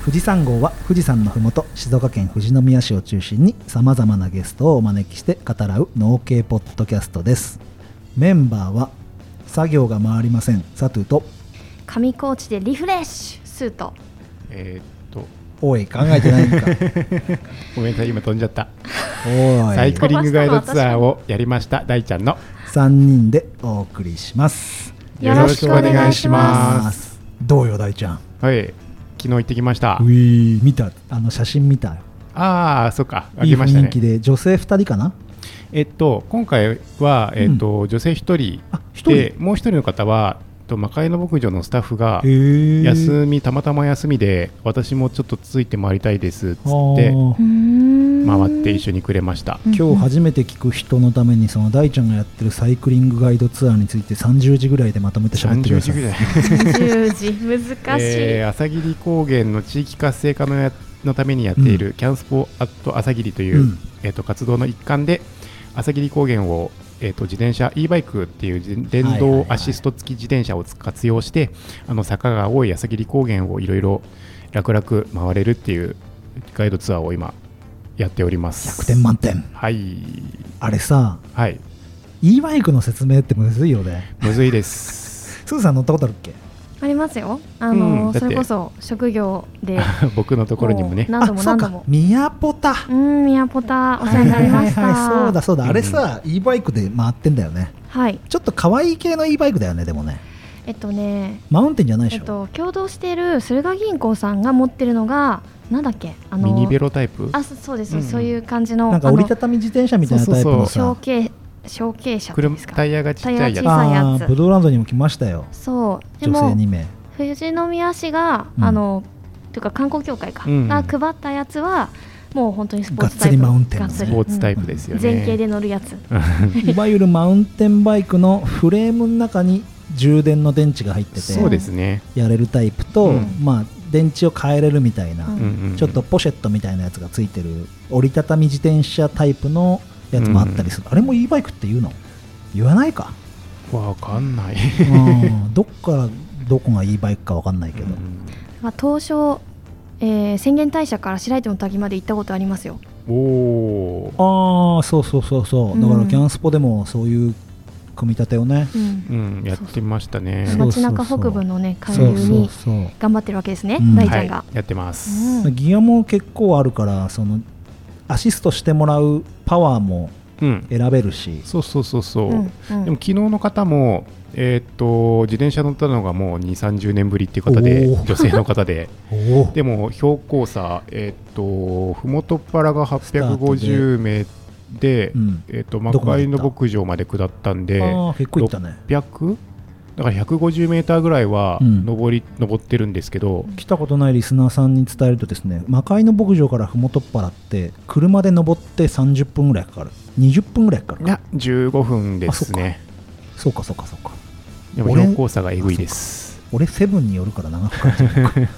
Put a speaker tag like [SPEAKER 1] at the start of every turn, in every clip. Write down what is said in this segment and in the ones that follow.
[SPEAKER 1] 富士山号は富士山のふもと静岡県富士宮市を中心にさまざまなゲストをお招きして語らう農系ポッドキャストですメンバーは作業が回りませんサトゥと
[SPEAKER 2] 上高地でリフレッシュスーと
[SPEAKER 3] えーっと、
[SPEAKER 1] おい考えてないんか
[SPEAKER 3] ごめんなさい、今飛んじゃった。
[SPEAKER 1] お
[SPEAKER 3] サ
[SPEAKER 1] い
[SPEAKER 3] イクリングガイドツアーをやりました、大ちゃんの。
[SPEAKER 1] 3人でお送りします
[SPEAKER 2] よろしくお願いします
[SPEAKER 1] どうよ大ちゃん
[SPEAKER 3] はい、昨日行ってきました
[SPEAKER 1] う。い見たあの写真見たよ
[SPEAKER 3] ああ、そっか、あ
[SPEAKER 1] いい
[SPEAKER 3] げました
[SPEAKER 1] 雰囲
[SPEAKER 3] ね
[SPEAKER 1] 気。で女性2人かな
[SPEAKER 3] えっと、今回は、えっと、女性一人
[SPEAKER 1] あ一人
[SPEAKER 3] で、もう一人の方は、えっと魔界の牧場のスタッフが。
[SPEAKER 1] え
[SPEAKER 3] 休みたまたま休みで私もちょっとついて回りたいですっつって
[SPEAKER 2] 回
[SPEAKER 3] 回って一緒にくれました
[SPEAKER 1] 今日初めて聞く人のためにその大ちゃんがやってるサイクリングガイドツアーについて30時ぐらいでまとめて喋ってく
[SPEAKER 3] 30
[SPEAKER 1] ださ
[SPEAKER 3] 時
[SPEAKER 1] い
[SPEAKER 3] ぐらい
[SPEAKER 2] 10時難しい、
[SPEAKER 3] えー朝霧高原の地域活性化のやのためにやっている、キャンスポアット朝霧という、
[SPEAKER 1] うん
[SPEAKER 3] えー、と活動の一環で朝霧高原を、えー、と自転車 e バイクっていう自電
[SPEAKER 1] はいはいはい
[SPEAKER 3] 動アシスト付き自転車を活用して、あの坂が多い朝霧高原をいろいろ楽々回れるっていうガイドツアーを今やっております
[SPEAKER 1] 100点満点
[SPEAKER 3] はい
[SPEAKER 1] あれさ
[SPEAKER 3] はい
[SPEAKER 1] e バイクの説明ってむずいよね
[SPEAKER 3] むずいです
[SPEAKER 1] すずさん乗ったことあるっけ
[SPEAKER 2] ありますよあの、
[SPEAKER 3] うんだって
[SPEAKER 2] それこそ職業で
[SPEAKER 3] 僕 のところにもね
[SPEAKER 2] こう何度も
[SPEAKER 1] あそう
[SPEAKER 2] 何
[SPEAKER 1] か
[SPEAKER 2] 度も
[SPEAKER 1] 宮ポタ
[SPEAKER 2] うん宮ポタお世話になりました
[SPEAKER 1] はいはい はいそうだそうだ
[SPEAKER 3] うん
[SPEAKER 1] あれさ e バイクで回ってんだよね
[SPEAKER 2] はい
[SPEAKER 1] ちょっと可愛い系の e バイクだよねでもね
[SPEAKER 2] えっとね
[SPEAKER 1] マウンテンじゃない
[SPEAKER 2] え
[SPEAKER 1] でし
[SPEAKER 2] っ
[SPEAKER 1] ょ、
[SPEAKER 2] と共同している駿河銀行さんが持ってるのがなんだっけあの
[SPEAKER 3] ミニベロタイプ
[SPEAKER 2] あそそうです、
[SPEAKER 3] うん
[SPEAKER 2] そういう感じの
[SPEAKER 1] なんか
[SPEAKER 2] あの
[SPEAKER 1] 折りたたみ自転車みたいなタイプのさ
[SPEAKER 2] 小径小径車っていうん
[SPEAKER 3] 車
[SPEAKER 2] ですか
[SPEAKER 3] タイヤがちっちゃいや
[SPEAKER 2] タイヤ小さ
[SPEAKER 3] つ
[SPEAKER 1] あ
[SPEAKER 2] いや
[SPEAKER 1] あ
[SPEAKER 2] つ
[SPEAKER 1] ブドウランドにも来ましたよ
[SPEAKER 2] そうで
[SPEAKER 1] 女
[SPEAKER 2] も
[SPEAKER 1] 性2名
[SPEAKER 2] 富士宮市が、
[SPEAKER 1] うん
[SPEAKER 2] あのというか観光協会か、
[SPEAKER 3] うん
[SPEAKER 2] が配ったやつはもう本当にスポーツタ
[SPEAKER 1] が
[SPEAKER 2] イ
[SPEAKER 1] っつり
[SPEAKER 2] プ
[SPEAKER 1] マウンテンのね
[SPEAKER 2] がっつ
[SPEAKER 3] ス
[SPEAKER 2] り
[SPEAKER 3] ポーツタイプです
[SPEAKER 2] う
[SPEAKER 3] よ
[SPEAKER 2] ん
[SPEAKER 3] ね、
[SPEAKER 2] 前傾で乗るやつ
[SPEAKER 1] いわゆるマウンテンバイクのフレームの中に充電の電池が入ってて
[SPEAKER 3] そうですね、
[SPEAKER 1] やれるタイプと、
[SPEAKER 3] うん
[SPEAKER 1] まあ、電池を変えれるみたいな、
[SPEAKER 2] うん
[SPEAKER 3] うんうん
[SPEAKER 1] ちょっとポシェットみたいなやつがついてる折りたたみ自転車タイプのやつもあったりする、あれも e バイクって言うの言わないか、
[SPEAKER 3] わかんない、
[SPEAKER 1] うん、どっからどこが e バイクかわかんないけど、
[SPEAKER 2] まあ東証、えー、宣言大社から白糸の滝まで行ったことありますよ
[SPEAKER 3] おおー、
[SPEAKER 1] ああそうそうそうそうだか
[SPEAKER 2] う
[SPEAKER 1] ら
[SPEAKER 2] ん
[SPEAKER 1] キャンスポでもそういう組み立てをね、
[SPEAKER 2] うん
[SPEAKER 3] うん、やってましたね
[SPEAKER 1] そう
[SPEAKER 2] 街中北部のね
[SPEAKER 1] そ
[SPEAKER 2] 海
[SPEAKER 1] う
[SPEAKER 2] 流
[SPEAKER 1] そう
[SPEAKER 2] に
[SPEAKER 1] そう
[SPEAKER 2] 頑張ってるわけですね、
[SPEAKER 1] うん
[SPEAKER 2] 大ちゃ
[SPEAKER 3] は
[SPEAKER 2] ん
[SPEAKER 3] い
[SPEAKER 2] が、
[SPEAKER 3] やってます、
[SPEAKER 2] うん
[SPEAKER 1] ギアも結構あるからそのアシストしてもらうパワーも
[SPEAKER 3] うん
[SPEAKER 1] 選べるし
[SPEAKER 3] そうそうそうそう、
[SPEAKER 2] うんうん
[SPEAKER 3] でも昨日の方もえーっと自転車乗ったのがもう2 3 0年ぶりっていう方で
[SPEAKER 1] おー
[SPEAKER 3] 女性の方で
[SPEAKER 1] おお
[SPEAKER 3] でも標高差えーっと麓っ腹が850名で
[SPEAKER 1] うん
[SPEAKER 3] えーっと
[SPEAKER 1] ど
[SPEAKER 3] 魔
[SPEAKER 1] こまで行
[SPEAKER 3] 界
[SPEAKER 1] っ
[SPEAKER 3] の
[SPEAKER 1] た
[SPEAKER 3] 牧場まで下ったんで
[SPEAKER 1] ああ結構いったね
[SPEAKER 3] 100? だから150メーターぐらいは
[SPEAKER 1] うん
[SPEAKER 3] 登り、登ってるんですけど、
[SPEAKER 1] 来たことないリスナーさんに伝えるとですね魔界の牧場から麓っ腹って車で登って30分ぐらいかかる20分ぐらいかかる
[SPEAKER 3] いや15分で
[SPEAKER 1] あそ
[SPEAKER 3] す
[SPEAKER 1] っか
[SPEAKER 3] ね
[SPEAKER 1] そうかそうかそうか
[SPEAKER 3] でも
[SPEAKER 1] 俺
[SPEAKER 3] 標高差がえぐいです
[SPEAKER 1] 俺セブンによるから長く感じる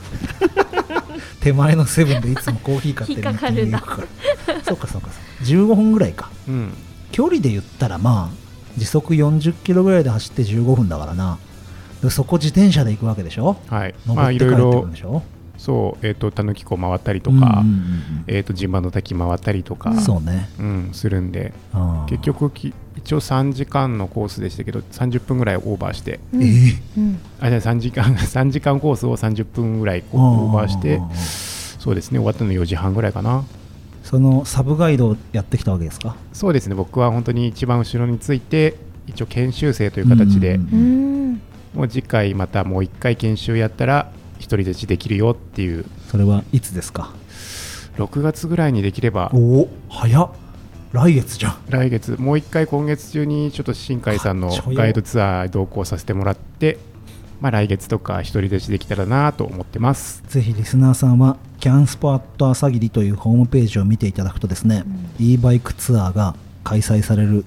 [SPEAKER 1] 手前のセブンでいつもコーヒー買って
[SPEAKER 2] 引っかかるな
[SPEAKER 1] 抜きに行くからそうかそうかそう15分ぐらいか
[SPEAKER 3] うん
[SPEAKER 1] 距離で言ったらまあ時速40キロぐらいで走って15分だからなでそこ自転車で行くわけでしょ
[SPEAKER 3] はいま
[SPEAKER 1] 登っ
[SPEAKER 3] あい
[SPEAKER 1] て帰
[SPEAKER 3] ろい
[SPEAKER 1] ってくるん
[SPEAKER 3] ろ
[SPEAKER 1] でしょ、
[SPEAKER 3] そうえっ、とたぬき湖回ったりと
[SPEAKER 1] うんうん
[SPEAKER 3] か、
[SPEAKER 1] うん
[SPEAKER 3] えっ、と陣馬の滝回ったりとか、
[SPEAKER 1] うんそうね、
[SPEAKER 3] うん、するんで
[SPEAKER 1] うん
[SPEAKER 3] 結局き一応3時間のコースでしたけど30分ぐらいオーバーして
[SPEAKER 2] う
[SPEAKER 1] え
[SPEAKER 2] ん
[SPEAKER 1] ー
[SPEAKER 2] うん
[SPEAKER 3] あじゃあ3時間 三時間コースを30分ぐらいこう
[SPEAKER 1] うん
[SPEAKER 3] オーバーしてそうですね終わったの4時半ぐらいかな
[SPEAKER 1] そのサブガイドをやってきたわけですか
[SPEAKER 3] そうですね僕は本当に一番後ろについて一応研修生という形で、
[SPEAKER 1] うんうん
[SPEAKER 2] う
[SPEAKER 1] うん
[SPEAKER 2] ん
[SPEAKER 3] もう次回またもう1回研修やったら一人立ちできるよっていう
[SPEAKER 1] それはいつですか
[SPEAKER 3] 6月ぐらいにできれば
[SPEAKER 1] おお早っ来月じゃん
[SPEAKER 3] 来月もう1回今月中にちょっと新海さんの
[SPEAKER 1] かっちょよ
[SPEAKER 3] ガイドツアー同行させてもらってまあ来月とか一人立ちできたらなと思ってます
[SPEAKER 1] ぜひリスナーさんはキャンスポアット朝霧というホームページを見ていただくとですね、e バイクツアーが開催される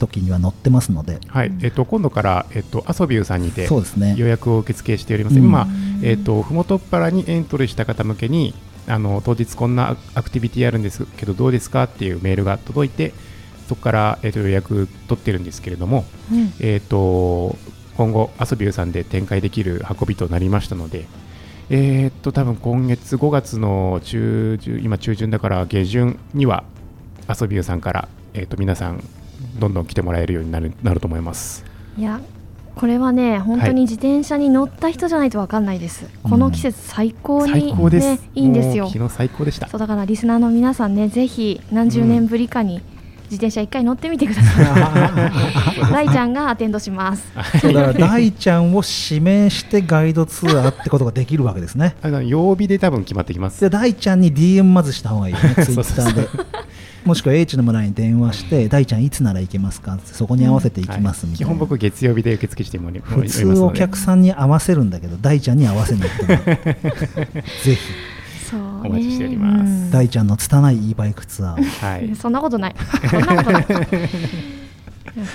[SPEAKER 1] 時には載ってますので
[SPEAKER 3] はい、えっと今度からえっとアソビューさんにて
[SPEAKER 1] そうですね
[SPEAKER 3] 予約を受付しております、
[SPEAKER 1] うん
[SPEAKER 3] 今えっとふもとっぱらにエントリーした方向けにあの当日こんなアクティビティあるんですけどどうですかっていうメールが届いてそこから、えっと予約取ってるんですけれども、
[SPEAKER 2] うん
[SPEAKER 3] えー、と今後、アソビューさんで展開できる運びとなりましたので、えーっと多分今月5月の中旬今中旬だから下旬には遊びゆさんから、えーっと皆さんどんどん来てもらえるようになるなると思います
[SPEAKER 2] いやこれはね本当
[SPEAKER 3] はい
[SPEAKER 2] に自転車に乗った人じゃないとわかんないです、
[SPEAKER 1] うん
[SPEAKER 2] この季節最高に、ね、
[SPEAKER 3] 最高です、
[SPEAKER 2] いいんです
[SPEAKER 3] も
[SPEAKER 2] よ
[SPEAKER 3] う昨日最高でした
[SPEAKER 2] そうだからリスナーの皆さんねぜひ何十年ぶりかに自転車一回乗ってみてくださ い、ライちゃんがアテンドします
[SPEAKER 1] そうだから大ちゃんを指名してガイドツアーってことができるわけですね。
[SPEAKER 3] あの曜日で多分決まってきます
[SPEAKER 1] で大ちゃんに DM まずした方がいいよね、ツイ
[SPEAKER 3] そ
[SPEAKER 1] ッ
[SPEAKER 3] うそ
[SPEAKER 1] タ
[SPEAKER 3] う
[SPEAKER 1] ーで。もしくは H の村に電話して、大ちゃんいつなら行けますかってそこに合わせて行きます
[SPEAKER 3] はい
[SPEAKER 1] みた
[SPEAKER 3] 基
[SPEAKER 1] いな。
[SPEAKER 3] 本僕月曜日で受付してもらいますの
[SPEAKER 1] 普
[SPEAKER 3] で
[SPEAKER 1] 通お客さんに合わせるんだけど、大ちゃんに合わせないっていうのは ぜひ、
[SPEAKER 2] そうね
[SPEAKER 3] お待ちしております
[SPEAKER 2] うん
[SPEAKER 1] 大ちゃんの拙い e バイクツアーを。
[SPEAKER 3] はい
[SPEAKER 2] そんなことないそんなことない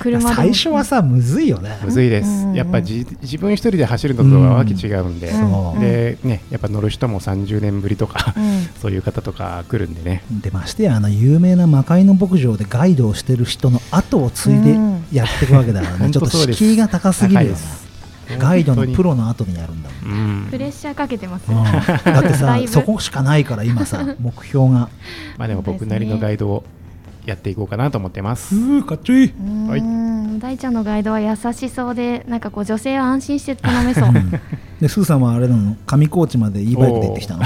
[SPEAKER 2] 車でも
[SPEAKER 1] 最初はさ、むずいよね。
[SPEAKER 3] むずいです、
[SPEAKER 2] うん
[SPEAKER 3] やっぱじ自分一人で走るのとはわけ違うんで、
[SPEAKER 1] そ
[SPEAKER 2] うん
[SPEAKER 3] でね、やっぱ乗る人も30年ぶりとか、
[SPEAKER 2] うん
[SPEAKER 3] そういう方とか来るんでね、
[SPEAKER 1] でましてやあの有名な魔界の牧場でガイドをしてる人の後を継いで
[SPEAKER 2] うん
[SPEAKER 1] やっていくわけだからね、
[SPEAKER 3] 本
[SPEAKER 1] ちょっ
[SPEAKER 3] 当
[SPEAKER 1] と
[SPEAKER 3] そうです
[SPEAKER 1] 敷居が高すぎるよね
[SPEAKER 3] 高いです
[SPEAKER 1] ガイド
[SPEAKER 3] 本
[SPEAKER 1] の
[SPEAKER 3] 当に
[SPEAKER 1] プロの後にやるんだもん、
[SPEAKER 3] うん
[SPEAKER 2] プレッシャーかけてます
[SPEAKER 1] うん
[SPEAKER 2] ね、
[SPEAKER 1] だって
[SPEAKER 2] だ
[SPEAKER 1] さ
[SPEAKER 2] いぶ
[SPEAKER 1] そこしかないから今さ 目標が
[SPEAKER 3] まあでも僕なりのガイドをやっていこうかなと思ってます。
[SPEAKER 1] うかっちょいい、
[SPEAKER 2] うん
[SPEAKER 3] はい
[SPEAKER 2] 大ちゃんのガイドは優しそうでなんかこう女性は安心して頼めそう、
[SPEAKER 1] うんでスーさんはあれなの上高地まで e バイクで行ってきたの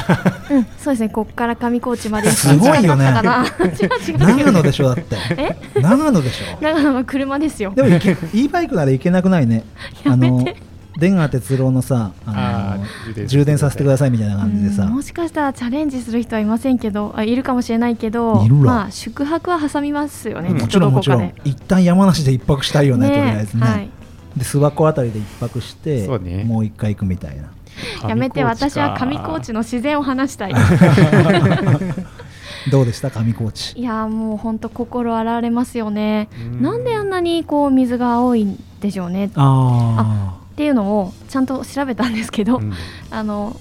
[SPEAKER 2] うん、そうですね、こっから上高地まで。
[SPEAKER 1] すごいよね
[SPEAKER 2] 違ったかな違う違う。
[SPEAKER 1] 長野でしょだって長野でしょ
[SPEAKER 2] 長野は車ですよ。
[SPEAKER 1] でも行け e バイクなら行けなくないねあの出川哲郎のさあの
[SPEAKER 3] あー
[SPEAKER 1] 充電させてくださいみたいな感じでさ、
[SPEAKER 2] うんもしかしたらチャレンジする人はいませんけど、あいるかもしれないけど、
[SPEAKER 1] いるら
[SPEAKER 2] まあ宿泊は挟みますよね。
[SPEAKER 3] うん
[SPEAKER 2] き
[SPEAKER 1] も
[SPEAKER 2] っ
[SPEAKER 1] ち
[SPEAKER 2] と
[SPEAKER 1] ろん
[SPEAKER 2] ど
[SPEAKER 1] も
[SPEAKER 2] こ
[SPEAKER 1] ちろ
[SPEAKER 2] かで
[SPEAKER 1] ん一旦山梨で一泊したいよねとりあえずね、
[SPEAKER 2] はい。
[SPEAKER 1] で諏訪湖あたりで一泊して
[SPEAKER 3] そうね
[SPEAKER 1] もう一回行くみたいな
[SPEAKER 2] やめて、
[SPEAKER 3] 上高地か
[SPEAKER 2] 私は上高地の自然を 話したい。
[SPEAKER 1] どうでした上高地
[SPEAKER 2] いやーもう本当心洗われますよね。
[SPEAKER 3] うん
[SPEAKER 2] なんであんなにこう水が青いんでしょうねっ
[SPEAKER 1] あ
[SPEAKER 2] ていうのをちゃんと調べたんですけど、
[SPEAKER 3] うん
[SPEAKER 2] あの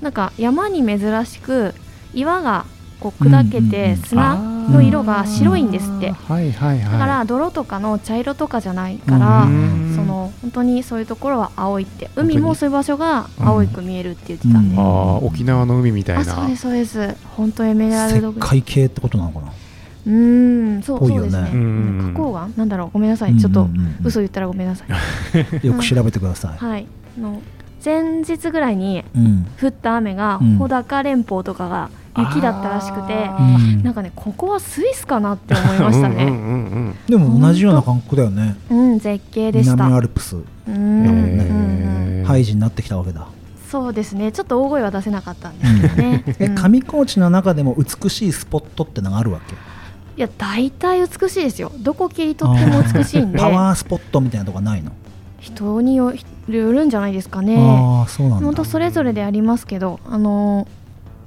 [SPEAKER 2] なんか山に珍しく岩がこう砕け
[SPEAKER 1] うんうんう
[SPEAKER 2] て
[SPEAKER 1] ん
[SPEAKER 2] 砂の色が白いんですって、
[SPEAKER 3] あーはいはいはい。
[SPEAKER 2] だから泥とかの茶色とかじゃないから、
[SPEAKER 3] うん
[SPEAKER 2] その本当にそういうところは青いって
[SPEAKER 3] 当に
[SPEAKER 2] 海もそういう場所が青いく見えるって言ってたんで、
[SPEAKER 1] うん
[SPEAKER 3] ああ沖縄の海みたい
[SPEAKER 2] あ
[SPEAKER 3] な。
[SPEAKER 2] そうですそうです本当エメラ
[SPEAKER 1] あ
[SPEAKER 2] ルド
[SPEAKER 1] 石
[SPEAKER 2] グリーン
[SPEAKER 1] 灰系ってことなのかな
[SPEAKER 2] うーんそう
[SPEAKER 1] ぽい
[SPEAKER 2] そ
[SPEAKER 1] よ
[SPEAKER 2] う
[SPEAKER 1] ね
[SPEAKER 2] ですね
[SPEAKER 3] うん
[SPEAKER 2] 花崗岩なんだろうごめんなさいちょっと
[SPEAKER 1] うんうんうんうん
[SPEAKER 2] 嘘言ったらごめんなさい
[SPEAKER 1] よく調べてください、
[SPEAKER 2] はいあの前日ぐらいに
[SPEAKER 1] うん
[SPEAKER 2] 降った雨が
[SPEAKER 1] うん
[SPEAKER 2] 穂高連峰とかが雪だったらしくて、
[SPEAKER 3] あー
[SPEAKER 2] なんかねここはスイスかなって思いました
[SPEAKER 3] うんう
[SPEAKER 2] ね。
[SPEAKER 3] んうん
[SPEAKER 1] でも同じような感覚だよね
[SPEAKER 2] うん絶景でした。
[SPEAKER 1] 南アルプス
[SPEAKER 2] うん
[SPEAKER 3] う
[SPEAKER 2] うん
[SPEAKER 3] ん
[SPEAKER 2] うん
[SPEAKER 3] えー
[SPEAKER 1] ハイジになってきたわけだ、
[SPEAKER 2] そうですねちょっと大声は出せなかったんですけどね。
[SPEAKER 1] え
[SPEAKER 2] うん
[SPEAKER 1] 上高地の中でも美しいスポットってのがあるわけ
[SPEAKER 2] いや大体美しいですよ。どこ切り取っても美しいんで
[SPEAKER 1] パワースポットみたいなとこないの、
[SPEAKER 2] 人によるんじゃないですかね。
[SPEAKER 1] ああそうなんだ
[SPEAKER 2] 本当それぞれでありますけどあのー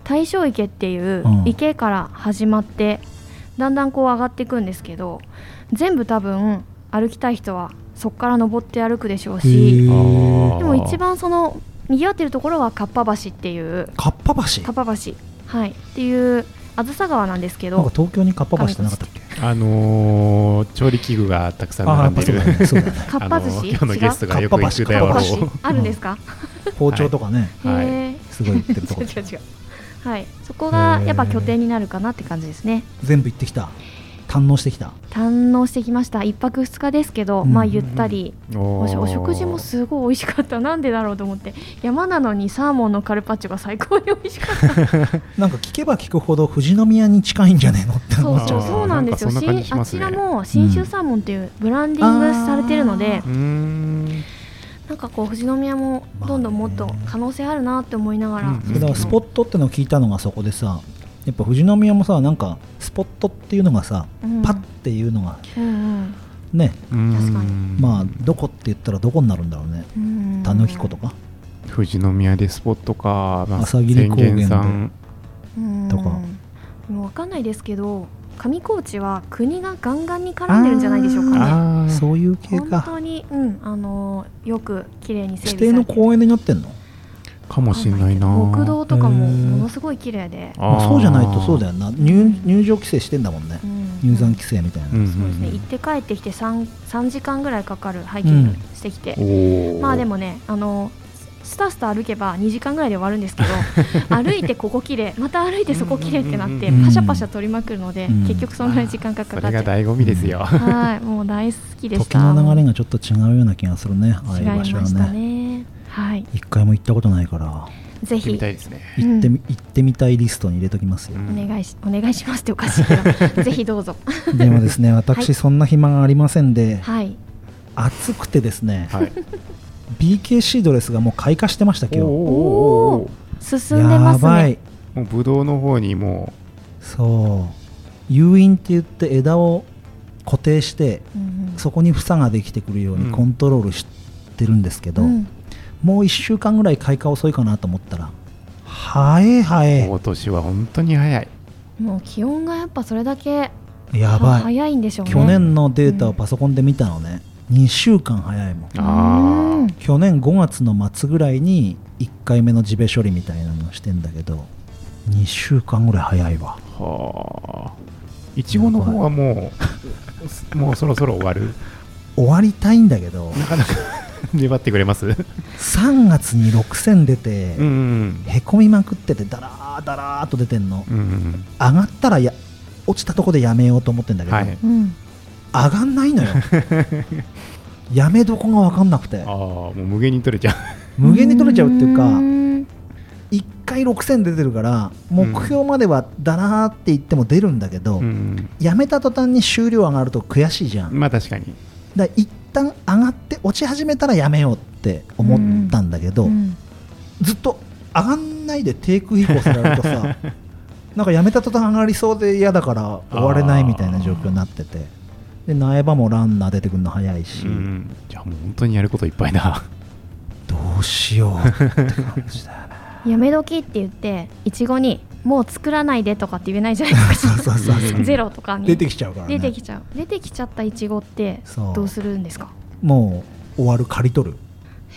[SPEAKER 2] 大正池っていう
[SPEAKER 1] うん
[SPEAKER 2] 池から始まって、だんだんこう上がっていくんですけど全部多分歩きたい人はそこから登って歩くでしょう
[SPEAKER 1] へ
[SPEAKER 2] し
[SPEAKER 1] ー
[SPEAKER 3] あー
[SPEAKER 2] でも一番そのにぎわってるところはかっぱ橋っていう
[SPEAKER 1] かっぱ
[SPEAKER 2] か
[SPEAKER 1] 橋
[SPEAKER 2] っぱ橋、はい、っていうあずさ川なんですけ
[SPEAKER 1] なんか
[SPEAKER 2] ど
[SPEAKER 1] 東京にかっぱ橋ってなかったっけ
[SPEAKER 3] あのー調理器具がたくさん
[SPEAKER 1] ああやっ
[SPEAKER 3] 並ん
[SPEAKER 1] ぱ
[SPEAKER 3] で
[SPEAKER 1] そうだ。ねそう
[SPEAKER 3] る
[SPEAKER 1] だね
[SPEAKER 2] かっぱ寿
[SPEAKER 3] あの
[SPEAKER 2] 司
[SPEAKER 3] 今日のゲストがよく行くだ
[SPEAKER 1] かっぱ橋
[SPEAKER 2] か
[SPEAKER 3] ろ
[SPEAKER 2] っぱ橋あるんですか、
[SPEAKER 1] 包丁とかね、
[SPEAKER 3] はい
[SPEAKER 2] へえ
[SPEAKER 1] すごい行ってるとこ
[SPEAKER 2] 違う違う違うはいそこがやっぱ拠点になるかなって感じですね
[SPEAKER 1] 全部行ってきた堪能してきた
[SPEAKER 2] 堪能してきました一泊二日ですけど、
[SPEAKER 1] うん
[SPEAKER 2] まあゆったり、
[SPEAKER 3] う。
[SPEAKER 2] おしお食事もすごい美味しかったなんでだろうと思って山なのにサーモンのカルパッチョが最高に美味しか った
[SPEAKER 1] なんか聞けば聞くほど富士宮に近いんじゃねえのって
[SPEAKER 2] そ
[SPEAKER 1] 思
[SPEAKER 2] う
[SPEAKER 1] っちゃ
[SPEAKER 2] そううそうなんですよ
[SPEAKER 3] あーなんかそんな感じ
[SPEAKER 2] し
[SPEAKER 3] し
[SPEAKER 2] あ
[SPEAKER 3] ます
[SPEAKER 2] ち
[SPEAKER 3] ね
[SPEAKER 2] らも信州サーモンっていうブランディングされてるので、
[SPEAKER 3] うーん。
[SPEAKER 2] なんかこう富士宮もどんどんもっと可能性あるなって思いながら、
[SPEAKER 3] まあね
[SPEAKER 1] だからスポットってのを聞いたのがそこでさやっぱ富士宮もさなんかスポットっていうのがさ、
[SPEAKER 2] うん
[SPEAKER 1] パッっていうのが
[SPEAKER 2] うんうん
[SPEAKER 1] ね
[SPEAKER 2] 確かに
[SPEAKER 3] うん
[SPEAKER 1] まあどこって言ったらどこになるんだろうね
[SPEAKER 2] うん
[SPEAKER 1] たぬき湖とか
[SPEAKER 3] 富士宮でスポットか、まあ、
[SPEAKER 1] 朝霧高原で
[SPEAKER 3] 浅間さん
[SPEAKER 2] うん
[SPEAKER 1] とか
[SPEAKER 2] もうわかんないですけど上高地は国がガンガンに絡んでるんじゃないでしょうかね
[SPEAKER 3] あー
[SPEAKER 1] そういう系
[SPEAKER 2] 本
[SPEAKER 1] か
[SPEAKER 2] 当に、うん、あのーよく綺麗に整
[SPEAKER 1] 指
[SPEAKER 2] 備
[SPEAKER 1] 定
[SPEAKER 2] され
[SPEAKER 1] の
[SPEAKER 2] て
[SPEAKER 1] 公園になってんの
[SPEAKER 3] かもしれないな
[SPEAKER 2] 木道とかも
[SPEAKER 1] へー
[SPEAKER 2] ものすごい綺麗で、
[SPEAKER 1] まあそうじゃないとそうだ
[SPEAKER 3] よ
[SPEAKER 1] よな入入場規制してんだもんね
[SPEAKER 2] うん
[SPEAKER 1] 入山規制みたいな、
[SPEAKER 2] そうですね行って帰ってきて 3, 3時間ぐらいかかるハイキングしてきて、
[SPEAKER 3] おー
[SPEAKER 2] まあでもねあのースタスタ歩けば2時間ぐらいで終わるんですけど 歩いてここきれいまた歩いてそこきれいってなって
[SPEAKER 1] うん
[SPEAKER 2] パシャパシャ取りまくるので、
[SPEAKER 1] うん
[SPEAKER 2] 結局そのぐらい時間がか
[SPEAKER 3] そ
[SPEAKER 2] か
[SPEAKER 3] れ
[SPEAKER 2] っちゃ
[SPEAKER 3] が
[SPEAKER 2] う
[SPEAKER 3] 醍醐味ですよ。
[SPEAKER 2] はいもう大好きでし
[SPEAKER 1] 時
[SPEAKER 2] た
[SPEAKER 1] の流れがちょっと違うような気がするねああ
[SPEAKER 2] 違
[SPEAKER 1] い
[SPEAKER 2] いうま
[SPEAKER 1] 場所は
[SPEAKER 2] した
[SPEAKER 1] ね
[SPEAKER 2] ねはい
[SPEAKER 1] 一回も行ったことないから
[SPEAKER 2] ぜ
[SPEAKER 3] 行ってみ
[SPEAKER 2] ひ
[SPEAKER 3] たいですね。
[SPEAKER 2] うん
[SPEAKER 1] 行ってみ行ってみたいリストに入れときますよ
[SPEAKER 2] お願いしお願いしますっておかしいけどぜひどうぞ
[SPEAKER 1] でも ですね
[SPEAKER 2] はい
[SPEAKER 1] 私そんな暇がありませんで
[SPEAKER 2] はい
[SPEAKER 1] 暑くてですね
[SPEAKER 3] はい。
[SPEAKER 1] BKC ドレスがもう開花してました今
[SPEAKER 3] おーおーおー
[SPEAKER 1] 日
[SPEAKER 2] 進んでま
[SPEAKER 1] や
[SPEAKER 2] す
[SPEAKER 1] ば
[SPEAKER 2] ね
[SPEAKER 1] い
[SPEAKER 3] もうブドウの方にも
[SPEAKER 1] そう誘引って言って枝を固定して
[SPEAKER 2] うんうん
[SPEAKER 1] そこに房ができてくるよう
[SPEAKER 3] うん
[SPEAKER 1] にコントロールしてるんですけど、
[SPEAKER 2] うん
[SPEAKER 1] もう1週間ぐらい開花遅いかなと思ったら早え
[SPEAKER 3] う
[SPEAKER 1] 早
[SPEAKER 3] 今年は本当に早い。
[SPEAKER 2] もう気温がやっぱそれだけ
[SPEAKER 1] えやばい
[SPEAKER 2] 早いんでしょうね
[SPEAKER 1] 去年のデータをパソコンで見たのね、2週間早いもん
[SPEAKER 3] ああ。
[SPEAKER 1] 去年5月の末ぐらいに1回目の地べ処理みたいなのしてんだけど2週間ぐらい早いわ
[SPEAKER 3] はあ。いちごの方はも う、もうそろそろ終わる。
[SPEAKER 1] 終わりたいんだけど
[SPEAKER 3] なかなか粘ってくれます
[SPEAKER 1] 3月に6000出て、
[SPEAKER 3] うん
[SPEAKER 1] へこみまくっててだらーだらーっと出てんの
[SPEAKER 3] うん。うん
[SPEAKER 1] 上がったらや落ちたとこでやめようと思ってんだ
[SPEAKER 3] う
[SPEAKER 1] け
[SPEAKER 3] ん。
[SPEAKER 1] ど、
[SPEAKER 3] はい。
[SPEAKER 2] うん
[SPEAKER 1] 上がんない のよやめどこが分かんなくて
[SPEAKER 3] ああ、もう無限に取れちゃ
[SPEAKER 1] 無限に取れちゃうっていうか
[SPEAKER 2] ん
[SPEAKER 1] 1回6000出てるから目標まではだなーって言っても出るんだけど、
[SPEAKER 3] う。うん。
[SPEAKER 1] やめた途端に終了上がると悔しいじゃん、
[SPEAKER 3] まあ確かに。
[SPEAKER 1] だから一旦上がって落ち始めたらやめようって思ったんだけど、
[SPEAKER 2] うん
[SPEAKER 1] ずっと上がんないで低空飛行されるとさなんかやめた途端上がりそうで嫌だから終われないみたいな状況になっててで苗場もランナー出てくるの早いし、
[SPEAKER 3] うん。じゃあもう本当にやることいっぱいだ。
[SPEAKER 1] どうしようって感じだよね
[SPEAKER 2] やめ時って言っていちごにもう作らないでとかって言えないじゃないです
[SPEAKER 1] そう
[SPEAKER 2] か
[SPEAKER 1] そうそうそう
[SPEAKER 2] ゼロとかに
[SPEAKER 1] 出てきちゃうから、ね、
[SPEAKER 2] 出てきちゃう出てきちゃったいちごって
[SPEAKER 1] そう
[SPEAKER 2] どうするんですか
[SPEAKER 1] もう終わる刈り取る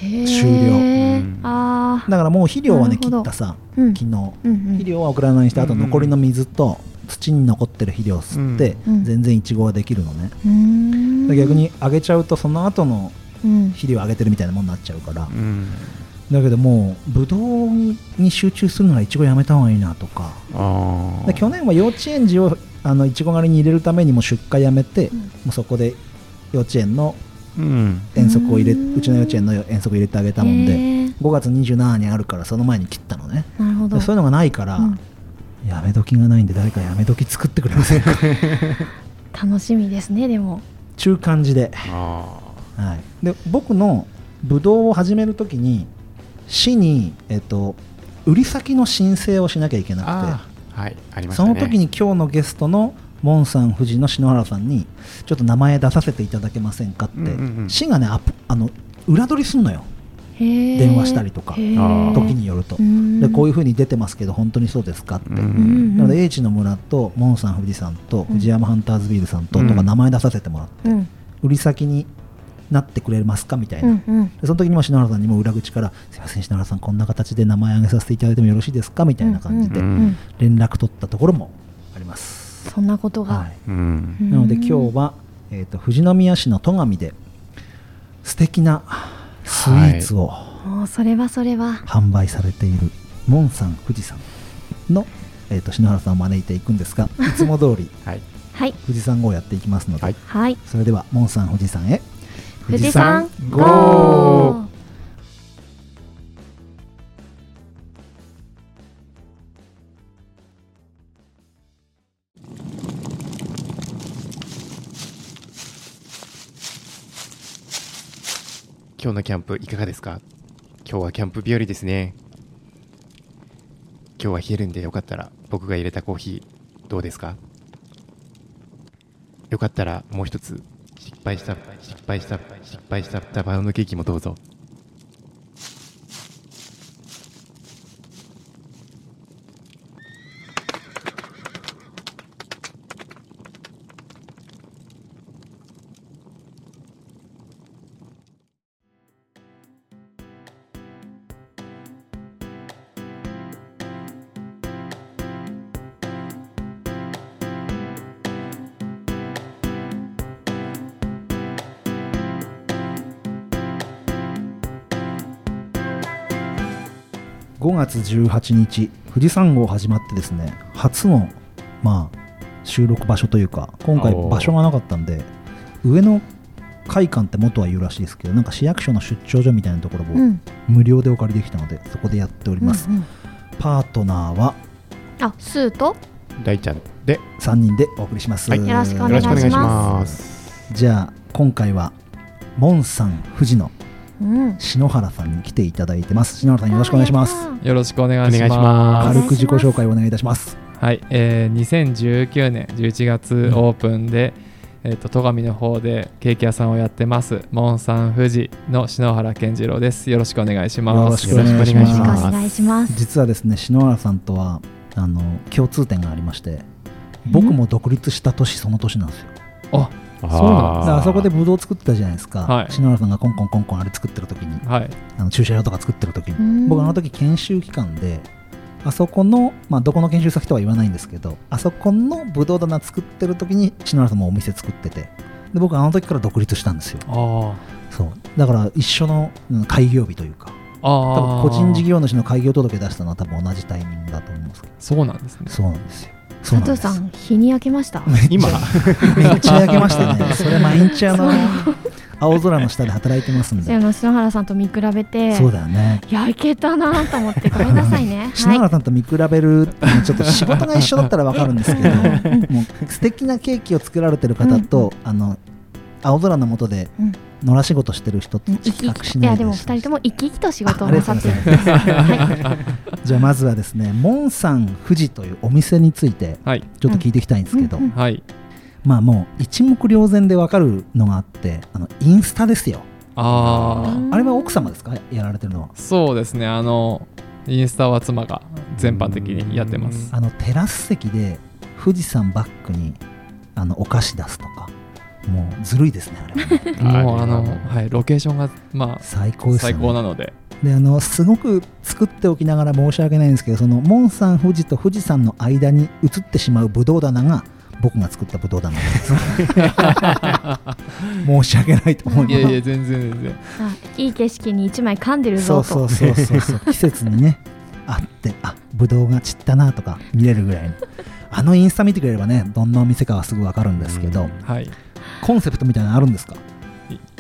[SPEAKER 2] 終
[SPEAKER 1] 終了
[SPEAKER 3] うん
[SPEAKER 2] ああ
[SPEAKER 1] だからもう肥料はね
[SPEAKER 2] なる
[SPEAKER 1] 切
[SPEAKER 2] ほど
[SPEAKER 1] ったさ
[SPEAKER 2] うん
[SPEAKER 1] 昨日
[SPEAKER 2] うんうん
[SPEAKER 1] 肥料は送らないにしてあと
[SPEAKER 3] うんうん
[SPEAKER 1] 残りの水と土に残ってる肥料を吸って
[SPEAKER 2] うんうん
[SPEAKER 1] 全然イチゴはできるのね、
[SPEAKER 2] うーん
[SPEAKER 1] で逆にあげちゃうとその後の
[SPEAKER 2] うん
[SPEAKER 1] 肥料をあげてるみたいなもんになっちゃうから、
[SPEAKER 3] うん。
[SPEAKER 1] だけどもうブドウに集中するならイチゴやめた方がいいなとか
[SPEAKER 3] ああ。
[SPEAKER 1] で去年は幼稚園児をあのイチゴ狩りに入れるためにもう出荷やめて、
[SPEAKER 2] うん
[SPEAKER 1] もうそこで幼稚園の
[SPEAKER 3] うん。
[SPEAKER 1] 遠足を入れ
[SPEAKER 2] うん
[SPEAKER 1] うちの幼稚園の遠足を入れてあげたもんで、
[SPEAKER 2] へー
[SPEAKER 1] 5月27日にあるからその前に切ったのね
[SPEAKER 2] なるほど
[SPEAKER 1] でそういうのがないから、
[SPEAKER 2] うん
[SPEAKER 1] やめ時がないんで誰かやめ時作ってくれませんか
[SPEAKER 2] 楽しみですねでも
[SPEAKER 1] 中感じで,、
[SPEAKER 3] ああ。
[SPEAKER 1] はい、で僕のブドウを始めるときに市に、えっと、売り先の申請をしなきゃいけな
[SPEAKER 3] ああはいあ
[SPEAKER 1] く
[SPEAKER 3] り
[SPEAKER 1] て
[SPEAKER 3] ました
[SPEAKER 1] そ
[SPEAKER 3] ね
[SPEAKER 1] の時に今日のゲストのモンさん、藤野篠原さんにちょっと名前出させていただけませんかって、
[SPEAKER 3] うんうんうん
[SPEAKER 1] 市がねアプあの裏取りすんのよ、
[SPEAKER 2] 電
[SPEAKER 1] 電話したりとか
[SPEAKER 3] あー
[SPEAKER 1] 時によると、でこういうふうに出てますけど本当にそうですかって、
[SPEAKER 3] うん
[SPEAKER 2] うん
[SPEAKER 1] なので H の村とモンさん富士山と藤山ハンターズビールさんとと
[SPEAKER 3] う
[SPEAKER 1] か
[SPEAKER 3] ん
[SPEAKER 1] 名前出させてもらって、
[SPEAKER 2] うん
[SPEAKER 1] 売り先になってくれますかみたいな、
[SPEAKER 2] うんうん
[SPEAKER 1] でその時にも篠原さんにも裏口から「すいません篠原さんこんな形で名前挙げさせていただいてもよろしいですか?」みたいな感じで
[SPEAKER 2] うんうん
[SPEAKER 3] うん
[SPEAKER 1] 連絡取ったところもあります、
[SPEAKER 2] そんなことが、
[SPEAKER 1] はい、
[SPEAKER 3] うん
[SPEAKER 1] なので今日は、えー、と富士宮市の戸上で素敵なスイーツを
[SPEAKER 2] もうそれはそれは
[SPEAKER 1] 販売されているモンさん富士山の、えー、と篠原さんを招いていくんですがいつも通り
[SPEAKER 3] はい
[SPEAKER 2] はい
[SPEAKER 1] 富士山号をやっていきますので、
[SPEAKER 3] はい
[SPEAKER 2] はい
[SPEAKER 1] それではモンさん富士山へ
[SPEAKER 2] 富士山
[SPEAKER 3] 富士山
[SPEAKER 2] ゴー
[SPEAKER 3] 今日のキャンプいかがですか今日はキャンプ日和ですね今日は冷えるんでよかったら僕が入れたコーヒーどうですかよかったらもう一つ失敗した失敗した失敗したタバウンドケーキもどうぞ
[SPEAKER 1] 5月18日富士山号始まってですね初の、まあ、収録場所というか今回
[SPEAKER 3] おー
[SPEAKER 1] 場所がなかったんで上野会館って元は言うらしいですけどなんか市役所の出張所みたいなところ
[SPEAKER 2] う
[SPEAKER 1] を
[SPEAKER 2] ん
[SPEAKER 1] 無料でお借りできたので、そこでやっております、
[SPEAKER 2] うんうん
[SPEAKER 1] パートナーは
[SPEAKER 2] あスーと
[SPEAKER 3] 大ちゃんで
[SPEAKER 1] 3人でお送りします、
[SPEAKER 3] はいよ
[SPEAKER 2] ろしくお願
[SPEAKER 3] よろ
[SPEAKER 2] い
[SPEAKER 3] し
[SPEAKER 2] します
[SPEAKER 3] くお願いします。
[SPEAKER 1] じゃあ今回はモンさん富士の
[SPEAKER 2] うん
[SPEAKER 1] 篠原さんに来ていただいてます篠原さんよろしくお願いします
[SPEAKER 4] よろしくお願
[SPEAKER 3] お
[SPEAKER 4] いし
[SPEAKER 3] 願いし
[SPEAKER 4] ま
[SPEAKER 3] ます
[SPEAKER 1] 軽く自己紹介をお願いいたします
[SPEAKER 4] す。はい、えー、2019年11月オープンで、えっ、と戸上の方でケーキ屋さんをやってます。モンさん富士の篠原健次郎です。よろしくお願いします。
[SPEAKER 1] よろしくお願いします
[SPEAKER 2] よろしくお
[SPEAKER 3] す
[SPEAKER 2] 願いします
[SPEAKER 1] 実はですね篠原さんとはあの共通点がありまして僕も独立した年その年なんですよ
[SPEAKER 4] あ、
[SPEAKER 3] そう
[SPEAKER 4] そうな
[SPEAKER 1] だ
[SPEAKER 4] ん
[SPEAKER 1] からあそこでブドウ作ってたじゃないですか、
[SPEAKER 4] はい
[SPEAKER 1] 篠原さんがコンコンコンコンあれ作ってる時に
[SPEAKER 4] はい、
[SPEAKER 1] あの駐車場とか作ってる時に、
[SPEAKER 2] うん
[SPEAKER 1] 僕あの時研修期間であそこの、まあ、どこの研修先とは言わないんですけどあそこのブドウ棚作ってる時に篠原さんもお店作っててで僕あの時から独立したんですよ
[SPEAKER 4] あー
[SPEAKER 1] そうだから一緒のうん開業日というか
[SPEAKER 4] あ
[SPEAKER 1] 多分
[SPEAKER 4] ー、
[SPEAKER 1] 個人事業主の開業届出したのは多分同じタイミングだと思うんですけど
[SPEAKER 4] そうなんですね。
[SPEAKER 1] そうなんですよそうな
[SPEAKER 2] 佐
[SPEAKER 1] んで
[SPEAKER 2] 藤
[SPEAKER 1] す
[SPEAKER 2] さん日に焼けました
[SPEAKER 3] 今
[SPEAKER 1] めっちゃ焼けましたね。それ毎日あの青空の下で働いてますん
[SPEAKER 2] じゃああ
[SPEAKER 1] で。
[SPEAKER 2] の篠原さんと見比べて
[SPEAKER 1] そうだよね。
[SPEAKER 2] 焼けたなと 思ってごめんなさいね
[SPEAKER 1] 篠
[SPEAKER 2] は
[SPEAKER 1] 原さんと見比べるっていうのはちょっと仕事が一緒だったらわかるんですけど、もう素敵なケーキを作られてる方と、あの青空の下で
[SPEAKER 2] うん
[SPEAKER 1] 野良仕事してる人と
[SPEAKER 2] い
[SPEAKER 1] 比
[SPEAKER 2] 生き
[SPEAKER 1] 較
[SPEAKER 2] 生き
[SPEAKER 1] し
[SPEAKER 2] い
[SPEAKER 1] ない
[SPEAKER 2] や
[SPEAKER 1] で
[SPEAKER 2] で
[SPEAKER 1] ほ
[SPEAKER 2] も
[SPEAKER 1] しい
[SPEAKER 2] 二人とも生き生きと仕事
[SPEAKER 1] あ
[SPEAKER 2] を
[SPEAKER 1] あり
[SPEAKER 2] な
[SPEAKER 1] がと
[SPEAKER 2] さ
[SPEAKER 1] うござい
[SPEAKER 2] ってる
[SPEAKER 1] ますじゃあまずはですね、モンさん富士というお店について
[SPEAKER 4] はい、
[SPEAKER 1] ちょっと聞いていきたいんですけど
[SPEAKER 2] うんうん、
[SPEAKER 4] はい、
[SPEAKER 1] まあもう一目瞭然でわかるのがあって、あのインスタですよ。
[SPEAKER 4] ああ、
[SPEAKER 2] うん
[SPEAKER 1] あれは奥様ですかやられてるのは。
[SPEAKER 4] そうですね。あのインスタは妻が全般的にやってます。
[SPEAKER 1] あのテラス席で富士山バックにあのお菓子出すとかもうずるいですねあれは ね
[SPEAKER 4] もうあの
[SPEAKER 3] あー
[SPEAKER 4] はい、ロケーションがま
[SPEAKER 1] 最高
[SPEAKER 4] あ
[SPEAKER 1] です
[SPEAKER 4] 最
[SPEAKER 1] よ
[SPEAKER 4] 高
[SPEAKER 1] ね
[SPEAKER 4] なので、
[SPEAKER 1] であのすごく作っておきながら申し訳ないんですけどそのモンさん富士と富士山の間に移ってしまうブドウ棚が僕が作ったブドウ棚なんです 申し訳ないと思いま
[SPEAKER 4] い
[SPEAKER 1] す
[SPEAKER 4] やいや全然全然。
[SPEAKER 2] あいい景色に一枚噛んでる
[SPEAKER 1] そ
[SPEAKER 2] ぞ
[SPEAKER 1] うそ
[SPEAKER 2] と
[SPEAKER 1] うそうそうそう季節にねあってあぶどうが散ったなとか見れるぐらいのあのインスタ見てくれればねどんなお店かはすぐ分かるんですけど、
[SPEAKER 3] うん
[SPEAKER 4] はい。
[SPEAKER 1] コンセプトみたいなのあるんですか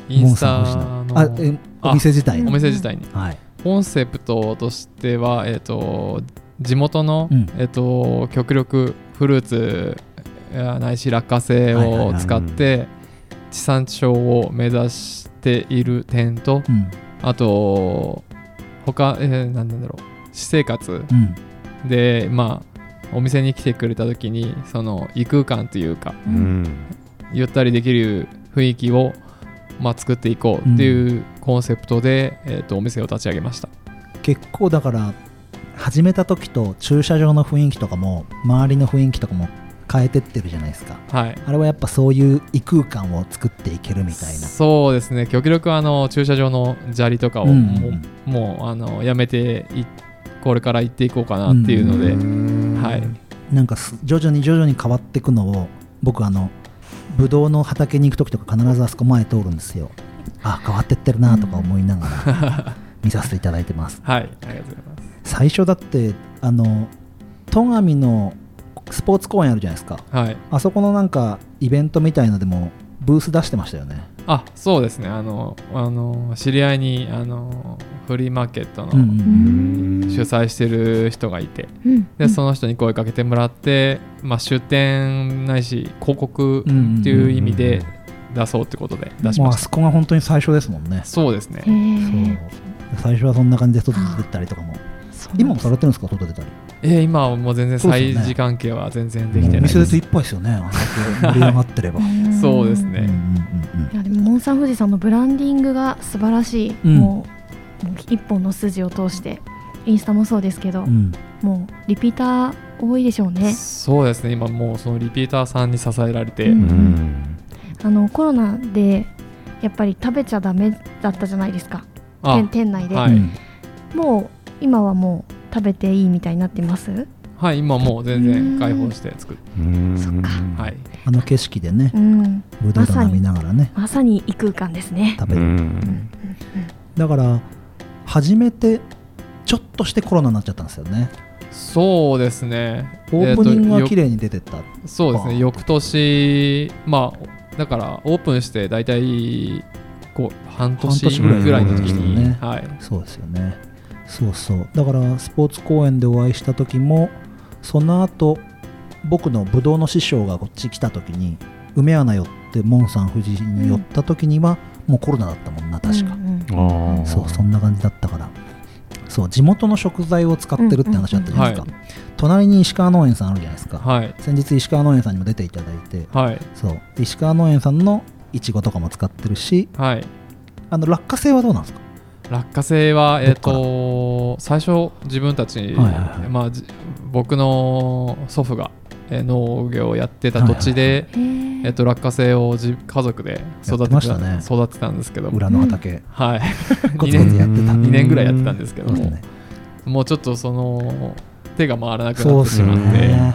[SPEAKER 4] インス
[SPEAKER 1] モ
[SPEAKER 4] タ
[SPEAKER 1] ンさん
[SPEAKER 4] の
[SPEAKER 1] のあえお店自体
[SPEAKER 4] お
[SPEAKER 1] の
[SPEAKER 4] 店自体に
[SPEAKER 1] はい
[SPEAKER 4] コンセプトとしては、えっと地元の、
[SPEAKER 1] うん
[SPEAKER 4] えっと極力フルーツえーないし落花生
[SPEAKER 1] はいはい
[SPEAKER 4] を
[SPEAKER 1] はい
[SPEAKER 4] 使って地産地消を目指している点と
[SPEAKER 1] うん
[SPEAKER 4] あと他、えー、何なんだろう私生活
[SPEAKER 1] うん
[SPEAKER 4] でまあお店に来てくれた時にその異空間というか
[SPEAKER 3] う
[SPEAKER 2] うん
[SPEAKER 3] ん
[SPEAKER 4] ゆったりできる雰囲気を、まあ、作っていこうっていうコンセプトで、えー、とお店を立ち上げました
[SPEAKER 1] 結構だから始めた時と駐車場の雰囲気とかも周りの雰囲気とかも変えてってるじゃないですか
[SPEAKER 4] はい
[SPEAKER 1] あれはやっぱそういう異空間を作っていけるみたいな
[SPEAKER 4] そうですね極力あの駐車場の砂利とかを
[SPEAKER 1] うん
[SPEAKER 4] もう,、もうあのやめていこれから行っていこうかなっていうので、はい
[SPEAKER 1] なんかす徐々に徐々に変わっていくのを僕あのブドウの畑に行く時とか必ずあそこ前通るんですよあ変わってってるなとか思いながら見させていただいてます
[SPEAKER 4] はいありがとうございます
[SPEAKER 1] 最初だってあの戸上のスポーツ公園あるじゃないですか
[SPEAKER 4] はい
[SPEAKER 1] あそこのなんかイベントみたいのでもブース出してましたよね
[SPEAKER 4] あそうですねあのあの知り合いにあのフリーマーケット
[SPEAKER 1] うんう
[SPEAKER 4] の
[SPEAKER 2] うんん
[SPEAKER 4] 主催してる人がいて、
[SPEAKER 2] うん
[SPEAKER 4] でその人に声かけてもらって、まあ、出店ないし広告
[SPEAKER 1] うんうん
[SPEAKER 4] っていう意味で出そうってことで出し
[SPEAKER 1] もう
[SPEAKER 4] ま
[SPEAKER 1] あ
[SPEAKER 4] した、
[SPEAKER 1] そこが本当に最初ですもんね
[SPEAKER 4] そうですね
[SPEAKER 2] へ
[SPEAKER 1] そう
[SPEAKER 2] ー
[SPEAKER 1] 最初はそんな感じで外に出てったりとかも
[SPEAKER 2] そうなん
[SPEAKER 1] 今も
[SPEAKER 2] です
[SPEAKER 1] されてるんですか外出たり
[SPEAKER 4] えー今はもう全然
[SPEAKER 1] そうですよね
[SPEAKER 4] 催事関係は全然で
[SPEAKER 1] も
[SPEAKER 4] き
[SPEAKER 1] う
[SPEAKER 4] て
[SPEAKER 1] お
[SPEAKER 4] ない
[SPEAKER 1] 店でいっぱいですよねあんだけ盛り上がってれば
[SPEAKER 2] ん
[SPEAKER 4] そうです
[SPEAKER 1] うんうん
[SPEAKER 4] ね、
[SPEAKER 1] うん
[SPEAKER 2] いやでもモンサン富士さんのブランディングが素晴らしい、
[SPEAKER 1] うん
[SPEAKER 2] もうもう一本の筋を通してインスタもそうですけど、
[SPEAKER 1] うん
[SPEAKER 2] もうリピーター多いでしょうね
[SPEAKER 4] そうですね今もうそのリピーターさんに支えられて、
[SPEAKER 2] う
[SPEAKER 3] うんん
[SPEAKER 2] あのコロナでやっぱり食べちゃダメだったじゃないですか
[SPEAKER 4] あ
[SPEAKER 2] 店店内で、
[SPEAKER 4] はい
[SPEAKER 1] うん
[SPEAKER 2] もう今はもう食べていいみたいになってます
[SPEAKER 4] はい今もう全然開放して作っ
[SPEAKER 3] うん
[SPEAKER 2] そっか
[SPEAKER 4] はい
[SPEAKER 1] あの景色でね
[SPEAKER 2] うん
[SPEAKER 1] ブドウ棚見ながらね
[SPEAKER 2] まさに異空間ですね
[SPEAKER 1] 食べ
[SPEAKER 3] う
[SPEAKER 1] る
[SPEAKER 3] ん
[SPEAKER 1] だから初めてちょっとしてコロナになっちゃったんですよね
[SPEAKER 4] そうですね
[SPEAKER 1] オープニング
[SPEAKER 4] えーと
[SPEAKER 1] は
[SPEAKER 4] よ
[SPEAKER 1] 綺麗に出てった、
[SPEAKER 4] そうです
[SPEAKER 1] あ
[SPEAKER 4] ね
[SPEAKER 1] ー
[SPEAKER 4] 翌年まあだからオープンして大体こう半年
[SPEAKER 3] 半年
[SPEAKER 4] ぐ
[SPEAKER 3] ぐ
[SPEAKER 4] ら
[SPEAKER 3] ら
[SPEAKER 4] い
[SPEAKER 3] い
[SPEAKER 4] の時に、
[SPEAKER 1] ですよね
[SPEAKER 4] はい、
[SPEAKER 1] そうですよねそうそうだからスポーツ公演でお会いした時もその後僕のブドウの師匠がこっち来た時に梅穴寄ってモンさん藤井に寄った時には、もうコロナだったもんな確か、
[SPEAKER 2] うんうん
[SPEAKER 3] ああ
[SPEAKER 1] そうそんな感じだったからそう地元の食材を使ってるって話だったじゃないですか、
[SPEAKER 4] うん
[SPEAKER 1] 隣に石川農園さんあるじゃないですか、
[SPEAKER 4] はい
[SPEAKER 1] 先日石川農園さんにも出ていただいて
[SPEAKER 4] はい
[SPEAKER 1] そうで石川農園さんのいちごとかも使ってるし
[SPEAKER 4] はい
[SPEAKER 1] あの落花生はどうなんですか
[SPEAKER 4] 落花生は、え
[SPEAKER 1] ど
[SPEAKER 4] っ
[SPEAKER 1] っから
[SPEAKER 4] と最初自分たち、
[SPEAKER 1] はいはいはい
[SPEAKER 4] まあ、じ僕の祖父がえー農業をやってた土地で、
[SPEAKER 2] へー
[SPEAKER 4] えっと落花生をじ家族で育て
[SPEAKER 1] やってま
[SPEAKER 4] て
[SPEAKER 1] した
[SPEAKER 4] た
[SPEAKER 1] ね
[SPEAKER 4] 育てたんですけども
[SPEAKER 1] 裏の畑、
[SPEAKER 4] はい
[SPEAKER 1] コツコ
[SPEAKER 4] 2
[SPEAKER 1] ツ
[SPEAKER 4] 年
[SPEAKER 1] やってた
[SPEAKER 3] うん
[SPEAKER 4] 2年ぐらいやってたんですけど
[SPEAKER 1] そうです
[SPEAKER 4] も
[SPEAKER 1] ね
[SPEAKER 4] もうちょっとその手が回らなく
[SPEAKER 1] そ
[SPEAKER 4] な
[SPEAKER 1] う
[SPEAKER 4] っ
[SPEAKER 1] で
[SPEAKER 4] てし
[SPEAKER 1] す
[SPEAKER 4] まって、
[SPEAKER 1] ね、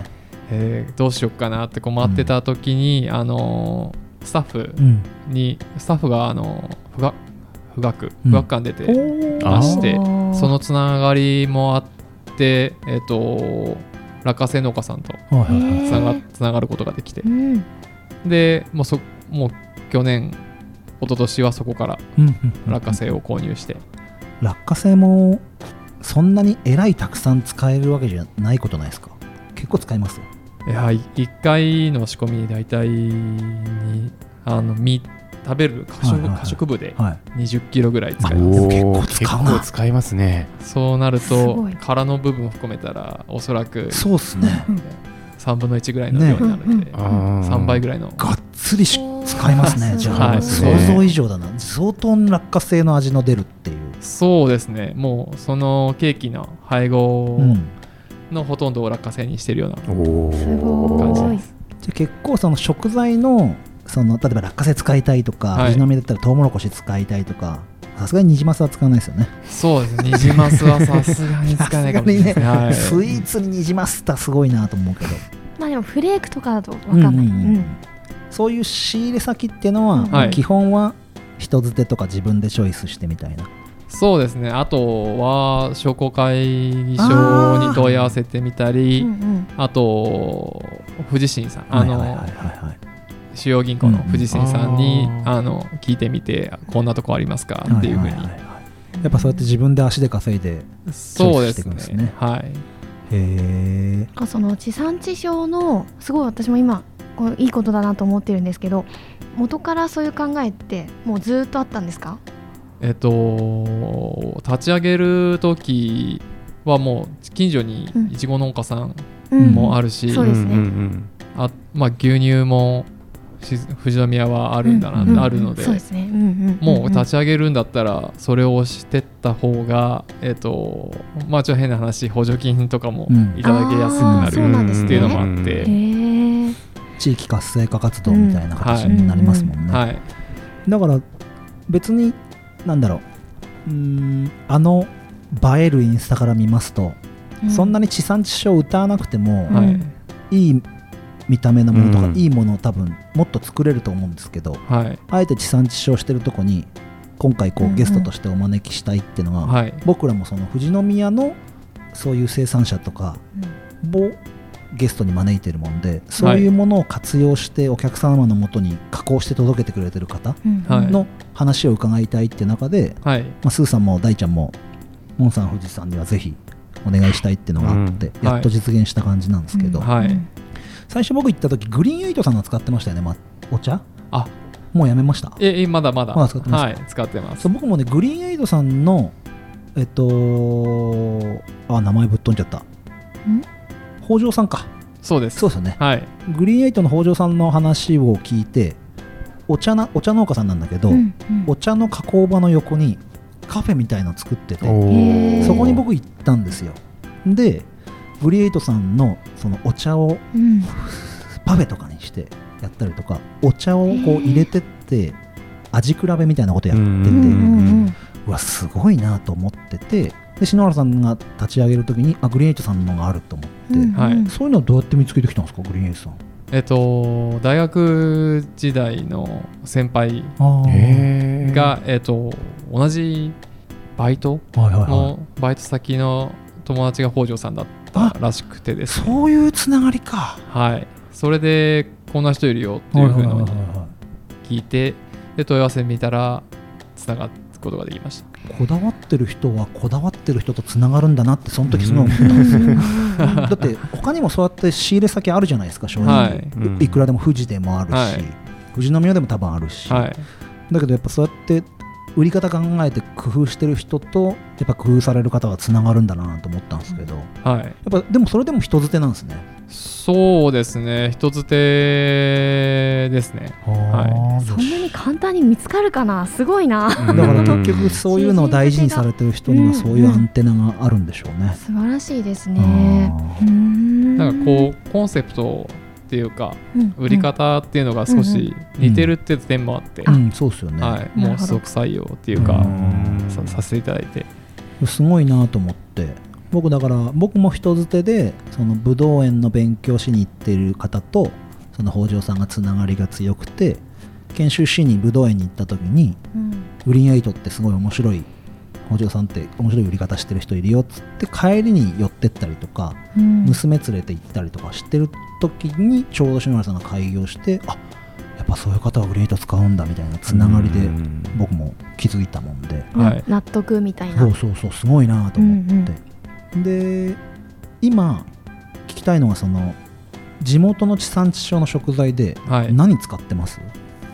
[SPEAKER 4] えーどうしよっかなって困ってた時に、あのースタッフ
[SPEAKER 1] うん、
[SPEAKER 4] にスタッフがあのー不学不学
[SPEAKER 1] うん
[SPEAKER 4] 不学館出て、
[SPEAKER 3] あー
[SPEAKER 4] 出して
[SPEAKER 2] あー
[SPEAKER 4] そのつながりもあってえっ、と落花生農家さんと
[SPEAKER 1] はいはいはい
[SPEAKER 2] へ
[SPEAKER 4] つ
[SPEAKER 2] ー
[SPEAKER 4] ながつながることができて
[SPEAKER 2] うん
[SPEAKER 4] でもうそもう去年一昨年はそこから
[SPEAKER 1] うんうん
[SPEAKER 4] 落花生を購入して、
[SPEAKER 1] 落花生もそんなにえらいたくさん使えるわけじゃないことないですか結構使います
[SPEAKER 4] いや1回の仕込みに大体にあのみ食べる可食,、
[SPEAKER 1] はいはいはい
[SPEAKER 4] 可食部で
[SPEAKER 1] はい
[SPEAKER 4] 2 0キロぐらい使い
[SPEAKER 1] あ
[SPEAKER 4] ま
[SPEAKER 1] ですも
[SPEAKER 3] お
[SPEAKER 1] 結構
[SPEAKER 3] ー
[SPEAKER 1] 使うな
[SPEAKER 3] 結構使いますね
[SPEAKER 4] そうなる
[SPEAKER 2] す
[SPEAKER 4] と
[SPEAKER 2] ごい
[SPEAKER 4] 殻の部分を含めたらおそらく
[SPEAKER 1] そうっすね
[SPEAKER 4] 3分の1ぐらいの量になるんで、
[SPEAKER 1] ね
[SPEAKER 4] 3
[SPEAKER 3] 3
[SPEAKER 4] 倍ぐらいの
[SPEAKER 1] がっつりし使いますねじゃあ、
[SPEAKER 4] はい
[SPEAKER 1] 想像以上だな相当に落花生の味の出るっていう、
[SPEAKER 4] そうですねもうそのケーキの配合
[SPEAKER 1] うん
[SPEAKER 4] のほとんどを落花生にしてるような、
[SPEAKER 3] おー
[SPEAKER 2] すごい
[SPEAKER 1] じゃあ結構その食材のその例えば落花生使いたいとか
[SPEAKER 4] はい
[SPEAKER 1] 藤の実だったらトウモロコシ使いたいとかさすがにニジマスは使わないですよね
[SPEAKER 4] そうですねニジマスはさすがに使えないかもしれないですねはい
[SPEAKER 1] スイーツにニジマスってすごいなと思うけど
[SPEAKER 2] まあでもフレークとかだとわかんな
[SPEAKER 1] う
[SPEAKER 2] い、うん
[SPEAKER 1] うんうん
[SPEAKER 2] ん
[SPEAKER 1] そういう仕入れ先ってのは、
[SPEAKER 4] はい
[SPEAKER 1] 基本は人づてとか自分でチョイスしてみたいな
[SPEAKER 4] そうですねあとは商工会議所に問い合わせてみたり
[SPEAKER 2] うん
[SPEAKER 4] あと富士新さんあの、
[SPEAKER 1] はいはいはいはいはい
[SPEAKER 4] 主要銀行の藤新さんに、
[SPEAKER 3] うん
[SPEAKER 4] あの聞いてみてこんなとこありますかっていうふうに、
[SPEAKER 1] はははやっぱそうやって自分で足で稼いで
[SPEAKER 4] そうです
[SPEAKER 1] チョイスしていく
[SPEAKER 4] ね
[SPEAKER 1] んですね
[SPEAKER 4] は
[SPEAKER 1] へ
[SPEAKER 4] い
[SPEAKER 1] え
[SPEAKER 2] なんかその地産地消のすごい私も今こういいことだなと思ってるんですけど元からそういう考えってもうずーっとあったんですか
[SPEAKER 4] えっと立ち上げる時はもう近所に
[SPEAKER 2] うん
[SPEAKER 4] いちご農家さん
[SPEAKER 1] ん
[SPEAKER 4] もあ
[SPEAKER 2] る
[SPEAKER 4] るし、
[SPEAKER 2] そうですね
[SPEAKER 3] ね
[SPEAKER 4] あまあ、牛乳もし富士宮はあるんだな、
[SPEAKER 1] うんうん
[SPEAKER 4] あるので、
[SPEAKER 2] そうですね、うんうんうん
[SPEAKER 4] もう立ち上げるんだったらそれをしてった方がえっ、とまあちょっと変な話補助金とかも
[SPEAKER 1] うん
[SPEAKER 4] いただけやすく
[SPEAKER 2] あ
[SPEAKER 4] な
[SPEAKER 2] ーそう
[SPEAKER 4] る
[SPEAKER 2] なんですね
[SPEAKER 4] っていうのもあって、
[SPEAKER 2] へー
[SPEAKER 1] 地域活性化活動みたいな形になりますもんね、
[SPEAKER 4] はい
[SPEAKER 1] だから別になんだろううーんあの映えるインスタから見ますと、
[SPEAKER 2] う
[SPEAKER 1] そんなに地産地消歌わなくても、
[SPEAKER 2] うん
[SPEAKER 4] はい
[SPEAKER 1] いい見た目のものとか、
[SPEAKER 3] うん
[SPEAKER 1] いいものを多分もっと作れると思うんですけど
[SPEAKER 4] はい
[SPEAKER 1] あえて地産地消してるとこに今回こ
[SPEAKER 2] うんう
[SPEAKER 1] うんゲストとしてお招きしたいっていうのは、
[SPEAKER 4] はい
[SPEAKER 1] 僕らもその富士宮のそういう生産者とかをゲストに招いてるもんでそういうものを活用してお客様のもとに加工して届けてくれてる方
[SPEAKER 2] うん
[SPEAKER 4] はい
[SPEAKER 1] の話を伺いたいって中で、
[SPEAKER 4] はい
[SPEAKER 1] まあ、スーさんも大ちゃんもモンさん富士さんにはぜひお願いしたいっていうのがあって、
[SPEAKER 4] うん
[SPEAKER 1] やっと実現した感じなんですけど、
[SPEAKER 4] はい
[SPEAKER 1] 最初僕行った時グリーンエイトさんが使ってましたよね、ま、お茶
[SPEAKER 4] あ
[SPEAKER 1] もうやめました
[SPEAKER 4] ええまだまだ
[SPEAKER 1] まだ使ってます
[SPEAKER 4] はい使ってます
[SPEAKER 1] そう僕もねグリーンエイドさんのえっとあ名前ぶっ飛んじゃった北条さんか
[SPEAKER 4] そうです
[SPEAKER 1] そうですよね
[SPEAKER 4] はい
[SPEAKER 1] グリーンエイトの北条さんの話を聞いてお茶なお茶農家さんなんだけど、
[SPEAKER 2] うんうんうん
[SPEAKER 1] お茶の加工場の横にカフェみたいの作ってて
[SPEAKER 2] へー
[SPEAKER 1] そこに僕行ったんですよでグリーンエイトさんのそのお茶を
[SPEAKER 2] うん
[SPEAKER 1] パフェとかにしてやったりとかお茶をこう入れてって味比べみたいなことやってて、
[SPEAKER 3] うん
[SPEAKER 2] うんうん
[SPEAKER 1] うわすごいなと思っててで篠原さんが立ち上げるときにあグリーンエイトさんのがあると思って、
[SPEAKER 2] うん
[SPEAKER 4] はい
[SPEAKER 2] うん
[SPEAKER 1] そういうのはどうやって見つけてきたんですかグリーンエイトさん
[SPEAKER 4] えっと大学時代の先輩
[SPEAKER 1] あー
[SPEAKER 3] へー
[SPEAKER 4] がえっと同じバイト
[SPEAKER 1] はいはいはい
[SPEAKER 4] のバイト先の友達が北条さんだったらしくてですね
[SPEAKER 1] そういうつながりか
[SPEAKER 4] はいそれでこんな人いるよっていうふうに聞いてで問い合わせ見たらつながることができました
[SPEAKER 1] こだわってる人はこだわってる人とつながるんだなってその時すごい思った、 だって他にもそうやって仕入れ先あるじゃないですか正直、
[SPEAKER 4] はい
[SPEAKER 3] うん
[SPEAKER 1] いくらでも富士でもあるし、
[SPEAKER 4] はい
[SPEAKER 1] 富士宮でも多分あるし、
[SPEAKER 4] はい
[SPEAKER 1] だけどやっぱそうやって売り方考えて工夫してる人とやっぱ工夫される方はつながるんだなと思ったんですけどや
[SPEAKER 4] はい
[SPEAKER 1] っぱでもそれでも人づてなんですね
[SPEAKER 4] そうですね人づてですねは
[SPEAKER 1] あー
[SPEAKER 2] そんなに簡単に見つかるかなすごいな
[SPEAKER 1] だから結局そういうのを大事にされてる人にはそういうアンテナがあるんでしょうね。
[SPEAKER 2] 素晴らしいです
[SPEAKER 1] あ
[SPEAKER 2] ねうーん
[SPEAKER 4] なんかこうコンセプトっていうか
[SPEAKER 2] うん
[SPEAKER 4] 売り方っていうのが少し似てるって点もあって、
[SPEAKER 1] ーうん、そうですよね、
[SPEAKER 4] はい、
[SPEAKER 2] な
[SPEAKER 4] も
[SPEAKER 2] る
[SPEAKER 4] う
[SPEAKER 2] ほど
[SPEAKER 4] 即採用っていうか、
[SPEAKER 3] うん
[SPEAKER 4] ささせていただいて
[SPEAKER 1] すごいなと思って僕だから僕も人づてでその武道園の勉強しに行ってる方とその北条さんがつながりが強くて研修しに武道園に行った時に
[SPEAKER 2] うん
[SPEAKER 1] ウリンエイトってすごい面白い北条さんって面白い売り方してる人いるよっつって帰りに寄ってったりとか、
[SPEAKER 2] うん
[SPEAKER 1] 娘連れて行ったりとかしてる時にちょうど篠原さんが開業してあやっぱそういう方はウリンエイト使うんだみたいなつながりで僕も気づいたもんで、
[SPEAKER 2] な
[SPEAKER 4] はい
[SPEAKER 2] 納得みたいな
[SPEAKER 1] そうそうそうすごいなと思って、で今聞きたいのはその地元の地産地消の食材で
[SPEAKER 4] はい、
[SPEAKER 1] 何使ってます、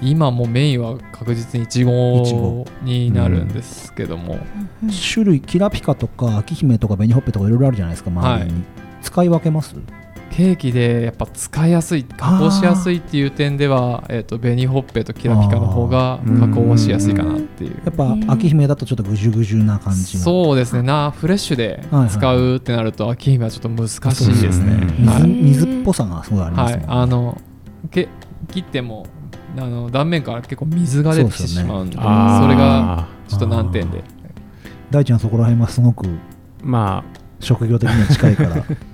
[SPEAKER 4] 今もうメインは確実にイチ
[SPEAKER 1] いち
[SPEAKER 4] ゴ
[SPEAKER 1] ご
[SPEAKER 4] になるんですけども、
[SPEAKER 2] うん
[SPEAKER 1] 種類キラピカとか秋姫とか紅ほっぺとかいろいろあるじゃないですか周りに、使い分けます
[SPEAKER 4] ケーキでやっぱ使いやすい加工しやすいっていう点では、えー、と紅ほっぺとキラピカの方が加工しやすいかなっていう
[SPEAKER 1] やっぱ
[SPEAKER 2] ね
[SPEAKER 1] 秋姫だとちょっとぐじゅぐじゅな感じが
[SPEAKER 4] そうですねなフレッシュで使うってなると秋姫はちょっと難しいですね
[SPEAKER 3] そうですね
[SPEAKER 1] 水,、
[SPEAKER 4] はい
[SPEAKER 2] へー
[SPEAKER 1] 水っぽさがすごいありま
[SPEAKER 4] は
[SPEAKER 1] すもん
[SPEAKER 4] い
[SPEAKER 1] ね、、
[SPEAKER 4] あのけ切ってもあの断面から結構水が出てき
[SPEAKER 1] そう
[SPEAKER 4] て
[SPEAKER 1] ですよ
[SPEAKER 4] し
[SPEAKER 1] ね
[SPEAKER 4] まうんでそ
[SPEAKER 3] あー
[SPEAKER 4] れがちょっと難点で
[SPEAKER 1] 大ちゃんそこら辺はすごく
[SPEAKER 3] まあ
[SPEAKER 1] 職業的には近いから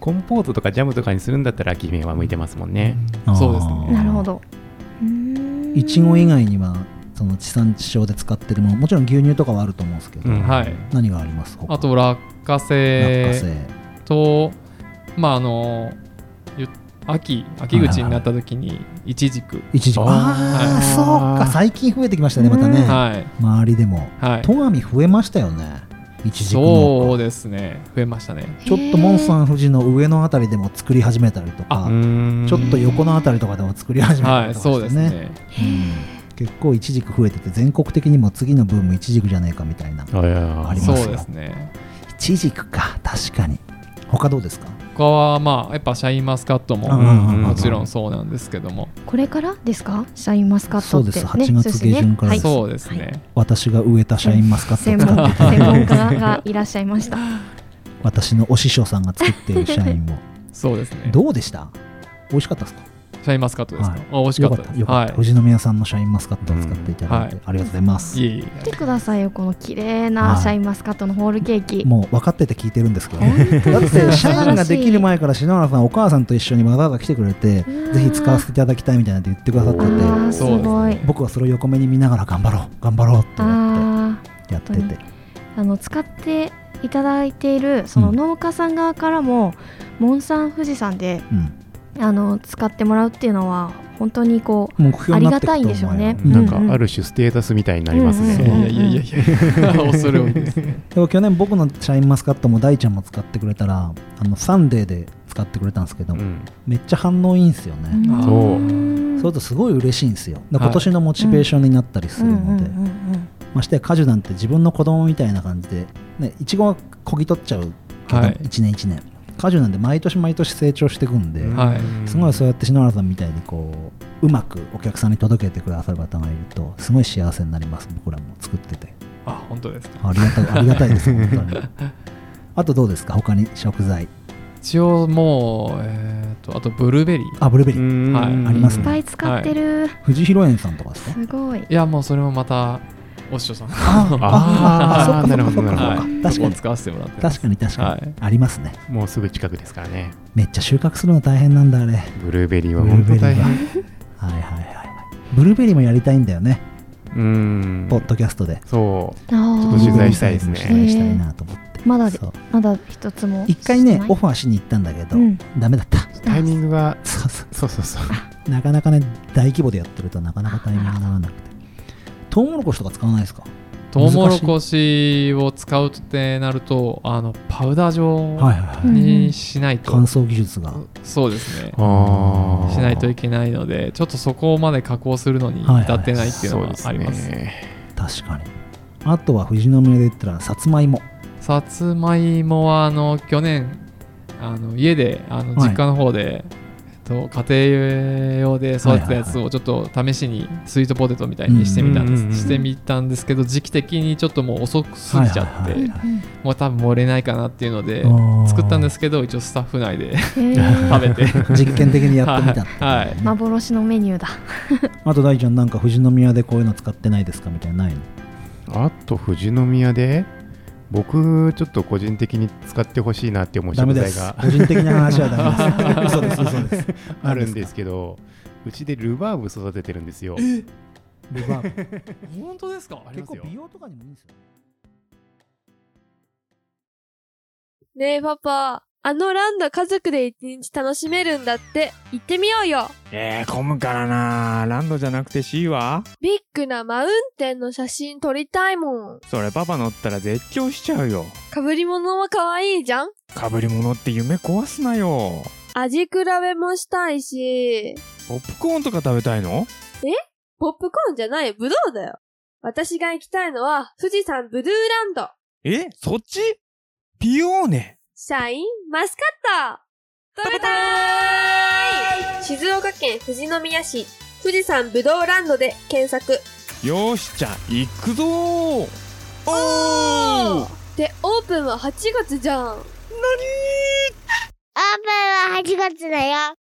[SPEAKER 3] コンポートとかジャムとかにするんだったら秋姫は向いてますもんね。
[SPEAKER 1] あー
[SPEAKER 4] そうですね
[SPEAKER 2] なるほどうーん
[SPEAKER 1] いちご以外にはその地産地消で使ってるものもちろん牛乳とかはあると思うんですけど、
[SPEAKER 3] うん
[SPEAKER 4] はい
[SPEAKER 1] 何があります他
[SPEAKER 4] あと落花
[SPEAKER 1] 落花
[SPEAKER 4] 生
[SPEAKER 1] 生
[SPEAKER 4] とまああのゆ秋秋口になった時にいちじく
[SPEAKER 1] いちじく
[SPEAKER 3] あー
[SPEAKER 1] ああそう
[SPEAKER 3] は
[SPEAKER 1] か
[SPEAKER 3] い
[SPEAKER 1] 最近増えてきましたねまたね、
[SPEAKER 2] うん
[SPEAKER 4] はい
[SPEAKER 1] 周りでも
[SPEAKER 4] はい
[SPEAKER 1] 戸上増えましたよねいちじく
[SPEAKER 4] そう
[SPEAKER 1] の
[SPEAKER 4] ですね増えましたね
[SPEAKER 1] ちょっとモンサン富士の上のあたりでも作り始めたりとか
[SPEAKER 4] あ
[SPEAKER 3] ち
[SPEAKER 1] ちょっと横のあたりとかでも作り始めた
[SPEAKER 4] は
[SPEAKER 1] り
[SPEAKER 4] い
[SPEAKER 1] とか
[SPEAKER 4] そう
[SPEAKER 1] し
[SPEAKER 4] で
[SPEAKER 1] て
[SPEAKER 4] す
[SPEAKER 1] ね、
[SPEAKER 4] ね
[SPEAKER 1] うん結構いちじく増えてて全国的にも次のブームいちじくじゃねえかみたいな
[SPEAKER 3] あいや
[SPEAKER 1] あります
[SPEAKER 4] そ
[SPEAKER 1] よ
[SPEAKER 4] うですね
[SPEAKER 1] いちじくか確かに他どうですか
[SPEAKER 4] 他はまあやっぱシャインマスカット
[SPEAKER 1] うん
[SPEAKER 4] も
[SPEAKER 1] うんうんうん
[SPEAKER 4] もちろんそうなんですけども
[SPEAKER 2] これからですかシャインマスカットって、ね、
[SPEAKER 1] そうです8月下旬からです
[SPEAKER 4] そうです
[SPEAKER 2] は
[SPEAKER 4] ね
[SPEAKER 1] 私が植えたシャインマスカット
[SPEAKER 2] 専
[SPEAKER 1] を使っ
[SPEAKER 2] 門
[SPEAKER 1] ていた だいて
[SPEAKER 2] 専門家がいらっしゃいました。
[SPEAKER 1] 私のお師匠さんが作っているシャイ ンを
[SPEAKER 4] そうですね
[SPEAKER 1] どうでした美味しかったですか
[SPEAKER 4] シャインマスカットですか、
[SPEAKER 1] はい
[SPEAKER 4] あ美味し
[SPEAKER 1] よ
[SPEAKER 4] かっ
[SPEAKER 1] か
[SPEAKER 4] たです
[SPEAKER 1] よかった
[SPEAKER 4] は
[SPEAKER 1] 富士宮さんのシャインマスカットを使っていただいて、
[SPEAKER 4] うん
[SPEAKER 1] ありがとうございます
[SPEAKER 4] いいえいえ
[SPEAKER 2] 見てくださいよこの綺麗なシャインマスカットのホールケーキ。
[SPEAKER 1] もう分かってて聞いてるんですけど、
[SPEAKER 2] 本当で す
[SPEAKER 1] だってシャインができる
[SPEAKER 2] 素晴らし
[SPEAKER 1] 前から篠原さんお母さんと一緒にわざわざ来てくれて
[SPEAKER 2] うわー
[SPEAKER 1] ぜひ使わせていただきたいみたいなって言ってくださって
[SPEAKER 2] あー
[SPEAKER 1] て
[SPEAKER 2] すごい。
[SPEAKER 1] 僕はそれを横目に見ながら頑張ろう頑張ろうって思っ
[SPEAKER 2] あ
[SPEAKER 1] てやってて
[SPEAKER 2] ああの使っていただいているその
[SPEAKER 1] うん
[SPEAKER 2] 農家さん側からも、モンサン富士山で
[SPEAKER 1] うん
[SPEAKER 2] あの使ってもらうっていうのは本当にこう
[SPEAKER 1] 目標になっていくと
[SPEAKER 2] ありがたいんでしょ
[SPEAKER 1] 思
[SPEAKER 2] う
[SPEAKER 1] うよ
[SPEAKER 2] ね
[SPEAKER 1] うん
[SPEAKER 3] なんかある種ステータスみたいになります
[SPEAKER 2] うん
[SPEAKER 4] い
[SPEAKER 1] うん
[SPEAKER 3] ね。
[SPEAKER 4] やいやいやい や恐れ多 いですね
[SPEAKER 1] でも去年僕のシャインマスカットも大ちゃんも使ってくれたらあのサンデーで使ってくれたんですけど、
[SPEAKER 3] うん
[SPEAKER 1] めっちゃ反応いいんですよね、
[SPEAKER 4] あ
[SPEAKER 3] そう
[SPEAKER 2] う
[SPEAKER 1] そう
[SPEAKER 2] ん
[SPEAKER 1] するとすごい嬉しいんですよだから
[SPEAKER 4] は
[SPEAKER 1] 今
[SPEAKER 4] い
[SPEAKER 1] 年のモチベーションになったりするので、
[SPEAKER 2] うんうんうん
[SPEAKER 1] ましてや果樹なんて自分の子供みたいな感じでねいちごはこぎ取っちゃうけど、
[SPEAKER 4] はい
[SPEAKER 1] 一年一年果樹なんで毎年毎年成長していくんで、
[SPEAKER 4] はい
[SPEAKER 1] すごいそうやって篠原さんみたいにこううまくお客さんに届けてくださる方がいるとすごい幸せになります僕らも作ってて
[SPEAKER 4] あ本当ですか
[SPEAKER 1] ありがたいありがたいです本当にあとどうですか他に食材
[SPEAKER 4] 一応もうえー、とあとブルーベリー
[SPEAKER 1] あブルーベリー、
[SPEAKER 3] うん
[SPEAKER 4] はい
[SPEAKER 1] ありま
[SPEAKER 2] い
[SPEAKER 1] す
[SPEAKER 2] っ
[SPEAKER 1] ね
[SPEAKER 2] ぱい使ってる、
[SPEAKER 1] 藤広園さんとかですか
[SPEAKER 2] すごい。
[SPEAKER 4] いやもうそれもまたお師匠さん
[SPEAKER 3] あー
[SPEAKER 1] あー
[SPEAKER 3] なるほ
[SPEAKER 1] そ
[SPEAKER 3] ど
[SPEAKER 1] っかそっ
[SPEAKER 3] な
[SPEAKER 1] かそっ
[SPEAKER 3] るほ
[SPEAKER 4] はい
[SPEAKER 1] か確か
[SPEAKER 4] そこを
[SPEAKER 1] に
[SPEAKER 4] 使わせてもらってます
[SPEAKER 1] 確かに確かに、
[SPEAKER 4] はい
[SPEAKER 1] ありますね
[SPEAKER 3] もうすぐ近くですからね。
[SPEAKER 1] めっちゃ収穫するの大変なんだあれはい
[SPEAKER 3] ブルーベリーは本当大変。
[SPEAKER 1] はいはいはいブルーベリーもやりたいんだよね、
[SPEAKER 3] うん
[SPEAKER 1] ポッドキャストで
[SPEAKER 3] そ
[SPEAKER 2] ちょ
[SPEAKER 3] っと取材したいですね
[SPEAKER 1] 取材したいなと思って
[SPEAKER 2] まだで
[SPEAKER 1] そう
[SPEAKER 2] まだ一つも
[SPEAKER 1] 一回ねオ
[SPEAKER 2] フ
[SPEAKER 1] ファーしに行ったんだけど、
[SPEAKER 2] うん
[SPEAKER 1] ダメだった
[SPEAKER 3] タイミングが
[SPEAKER 1] そうそ
[SPEAKER 3] そうそうそう
[SPEAKER 1] うなかなかね大規模でやってるとなかなかタイミングが合わなくてトウモロコシとか使わないですか
[SPEAKER 4] トウモロコシを使うってなるとあのパウ
[SPEAKER 1] は
[SPEAKER 4] ダー
[SPEAKER 1] い
[SPEAKER 4] 状
[SPEAKER 1] はいはい、
[SPEAKER 2] うん
[SPEAKER 4] にしないと、
[SPEAKER 1] 乾燥技術が、
[SPEAKER 4] そうですね
[SPEAKER 1] あ
[SPEAKER 4] しないといけないのでちょっとそこまで加工するのに至ってないっていうの
[SPEAKER 3] そう
[SPEAKER 4] が
[SPEAKER 3] です
[SPEAKER 4] あります,、
[SPEAKER 3] ね
[SPEAKER 1] 確かにあとは富士宮で言ったらさつまいも
[SPEAKER 4] さつまいもはあの去年あの家であの
[SPEAKER 1] はい
[SPEAKER 4] 実家の方で、えっと、家庭用で育てたやつをちょっと試しにスイートポテトみたいにしてみたんで
[SPEAKER 3] うんうんうんうん
[SPEAKER 4] すしてみたんですけど時期的にちょっともう遅すぎちゃって、
[SPEAKER 1] はいはいはい
[SPEAKER 4] もう多分漏れないかなっていうので
[SPEAKER 1] あー
[SPEAKER 4] 作ったんですけど一応スタッフ内で 食
[SPEAKER 2] え
[SPEAKER 4] べて
[SPEAKER 1] 実験的にやってみたって、
[SPEAKER 4] はいはい
[SPEAKER 2] 幻のメニューだ
[SPEAKER 1] あと大ちゃんなんか富士宮でこういうの使ってないですかみたいなのないの
[SPEAKER 3] あと富士宮で僕ちょっと個人的に使ってほしいなって思う
[SPEAKER 1] ダ
[SPEAKER 3] 食
[SPEAKER 1] メで
[SPEAKER 3] 材
[SPEAKER 1] す
[SPEAKER 3] が
[SPEAKER 1] 個人的な話はダ メです嘘です嘘です
[SPEAKER 3] あるんですけどうちでルバーブ育ててるんですよ
[SPEAKER 1] ルバーブ
[SPEAKER 4] 本当ですか
[SPEAKER 3] あり
[SPEAKER 1] 結
[SPEAKER 3] ます
[SPEAKER 1] 構
[SPEAKER 3] よ
[SPEAKER 1] 美容とかにもいいんですよ
[SPEAKER 5] ねえパパ、あのランド家族で一日楽しめるんだって、行ってみようよ
[SPEAKER 6] えー、混むからなランドじゃなくて C は
[SPEAKER 5] ビッグなマウンテンの写真撮りたいもん。
[SPEAKER 6] それパパ乗ったら絶叫しちゃうよ。
[SPEAKER 5] 被り物も可愛いじゃん
[SPEAKER 6] 被り物って夢壊すなよ。
[SPEAKER 5] 味比べもしたいし、
[SPEAKER 6] ポップコーンとか食べたいの
[SPEAKER 5] ポップコーンじゃないよ、ブドウだよ。私が行きたいのは、富士山ブルーランド。
[SPEAKER 6] えそっちピオーネ
[SPEAKER 5] シャインマスカット食べたーい静岡県富士宮市、富士山ブドウランドで検索。
[SPEAKER 6] よーし、じゃあ行くぞーおー
[SPEAKER 5] で、オープンは8月じゃん。
[SPEAKER 7] オープンは8月だよ。